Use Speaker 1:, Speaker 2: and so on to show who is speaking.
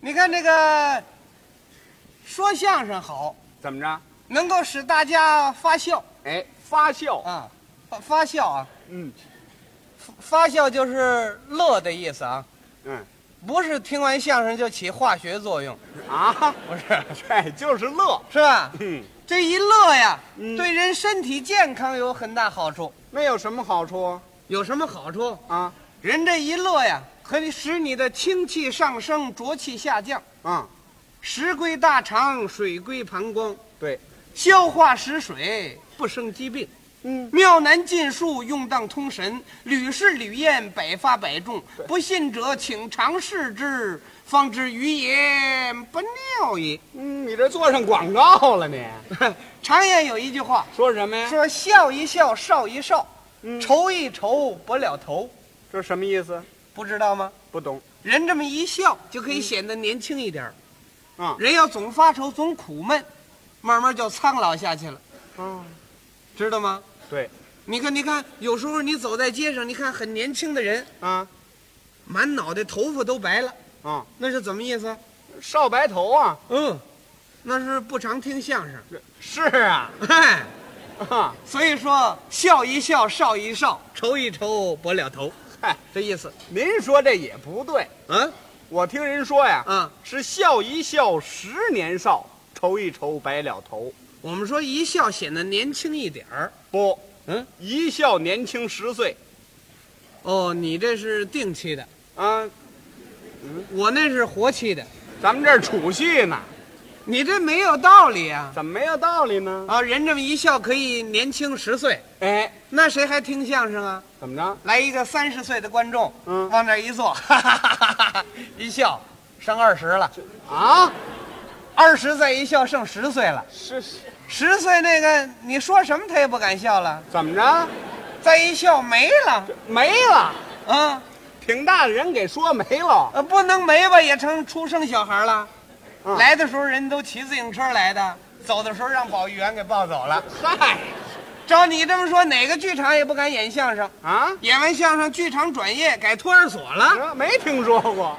Speaker 1: 你看这个说相声好，
Speaker 2: 怎么着？
Speaker 1: 能够使大家发笑
Speaker 2: 哎，发笑，
Speaker 1: 啊，发发笑啊，
Speaker 2: 嗯
Speaker 1: 发发笑就是乐的意思啊，
Speaker 2: 嗯，
Speaker 1: 不是听完相声就起化学作用，
Speaker 2: 啊，
Speaker 1: 不 是，
Speaker 2: 这就是乐，
Speaker 1: 是吧？
Speaker 2: 嗯，
Speaker 1: 这一乐呀，
Speaker 2: 嗯
Speaker 1: 对人身体健康有很大好处。
Speaker 2: 那有什么好处
Speaker 1: 有什么好处？
Speaker 2: 啊？
Speaker 1: 人这一乐呀，可以使你的清气上升，浊气下降，
Speaker 2: 啊，
Speaker 1: 食归大肠，水归膀胱，
Speaker 2: 对，
Speaker 1: 消化食水，不生疾病。
Speaker 2: 嗯，
Speaker 1: 妙难尽数，用当通神。屡试屡验，百发百中。不信者，请尝试之，方知鱼言不妙也。
Speaker 2: 嗯，你这做上广告了你？
Speaker 1: 常言有一句话
Speaker 2: 说什么呀？
Speaker 1: 说：“笑一笑，少一少，
Speaker 2: 嗯
Speaker 1: 愁一愁，不了头。
Speaker 2: 这什么意思？”
Speaker 1: 不知道吗？
Speaker 2: 不懂
Speaker 1: 人这么一笑，就可以显得年轻一点儿。
Speaker 2: 啊
Speaker 1: 人要总发愁、总苦闷，慢慢就苍老下去了，
Speaker 2: 啊，
Speaker 1: 知道吗？
Speaker 2: 对
Speaker 1: 你看，你看，有时候你走在街上，你看很年轻的人，
Speaker 2: 啊
Speaker 1: 满脑袋头发都白了，
Speaker 2: 啊，
Speaker 1: 那是怎么意思？
Speaker 2: 少白头啊，
Speaker 1: 嗯，那是不常听相声。
Speaker 2: 是啊，
Speaker 1: 哎，
Speaker 2: 啊，
Speaker 1: 所以说笑一笑，少一少，愁一愁，不了头，
Speaker 2: 嗨，
Speaker 1: 这意思。
Speaker 2: 您说这也不对，
Speaker 1: 嗯
Speaker 2: 我听人说呀，
Speaker 1: 啊，
Speaker 2: 是笑一笑，十年少，愁一愁，白了头。
Speaker 1: 我们说一笑显得年轻一点儿。
Speaker 2: 不，
Speaker 1: 嗯，
Speaker 2: 一笑年轻十岁
Speaker 1: 哦，你这是定期的，
Speaker 2: 啊，
Speaker 1: 我那是活期的，
Speaker 2: 咱们这儿储蓄呢，
Speaker 1: 你这没有道理啊！
Speaker 2: 怎么没有道理呢？
Speaker 1: 啊，人这么一笑可以年轻十岁，
Speaker 2: 哎，
Speaker 1: 那谁还听相声啊？
Speaker 2: 怎么着？
Speaker 1: 来一个三十岁的观众，
Speaker 2: 嗯
Speaker 1: 往那儿一坐，哈哈哈哈一笑，剩二十了；
Speaker 2: 啊，
Speaker 1: 二十再一笑，剩十岁了；
Speaker 2: 是是，
Speaker 1: 十岁那个你说什么他也不敢笑了，
Speaker 2: 怎么着？
Speaker 1: 再一笑没了
Speaker 2: 没了，
Speaker 1: 啊！
Speaker 2: 挺大的人给说没了。
Speaker 1: 呃，不能没吧，也成出生小孩了。
Speaker 2: 嗯
Speaker 1: 来的时候人都骑自行车来的，走的时候让保育员给抱走 了。
Speaker 2: 嗨，
Speaker 1: 照你这么说，哪个剧场也不敢演相声。
Speaker 2: 啊，
Speaker 1: 演完相声，剧场转业改托儿所了。
Speaker 2: 没听说过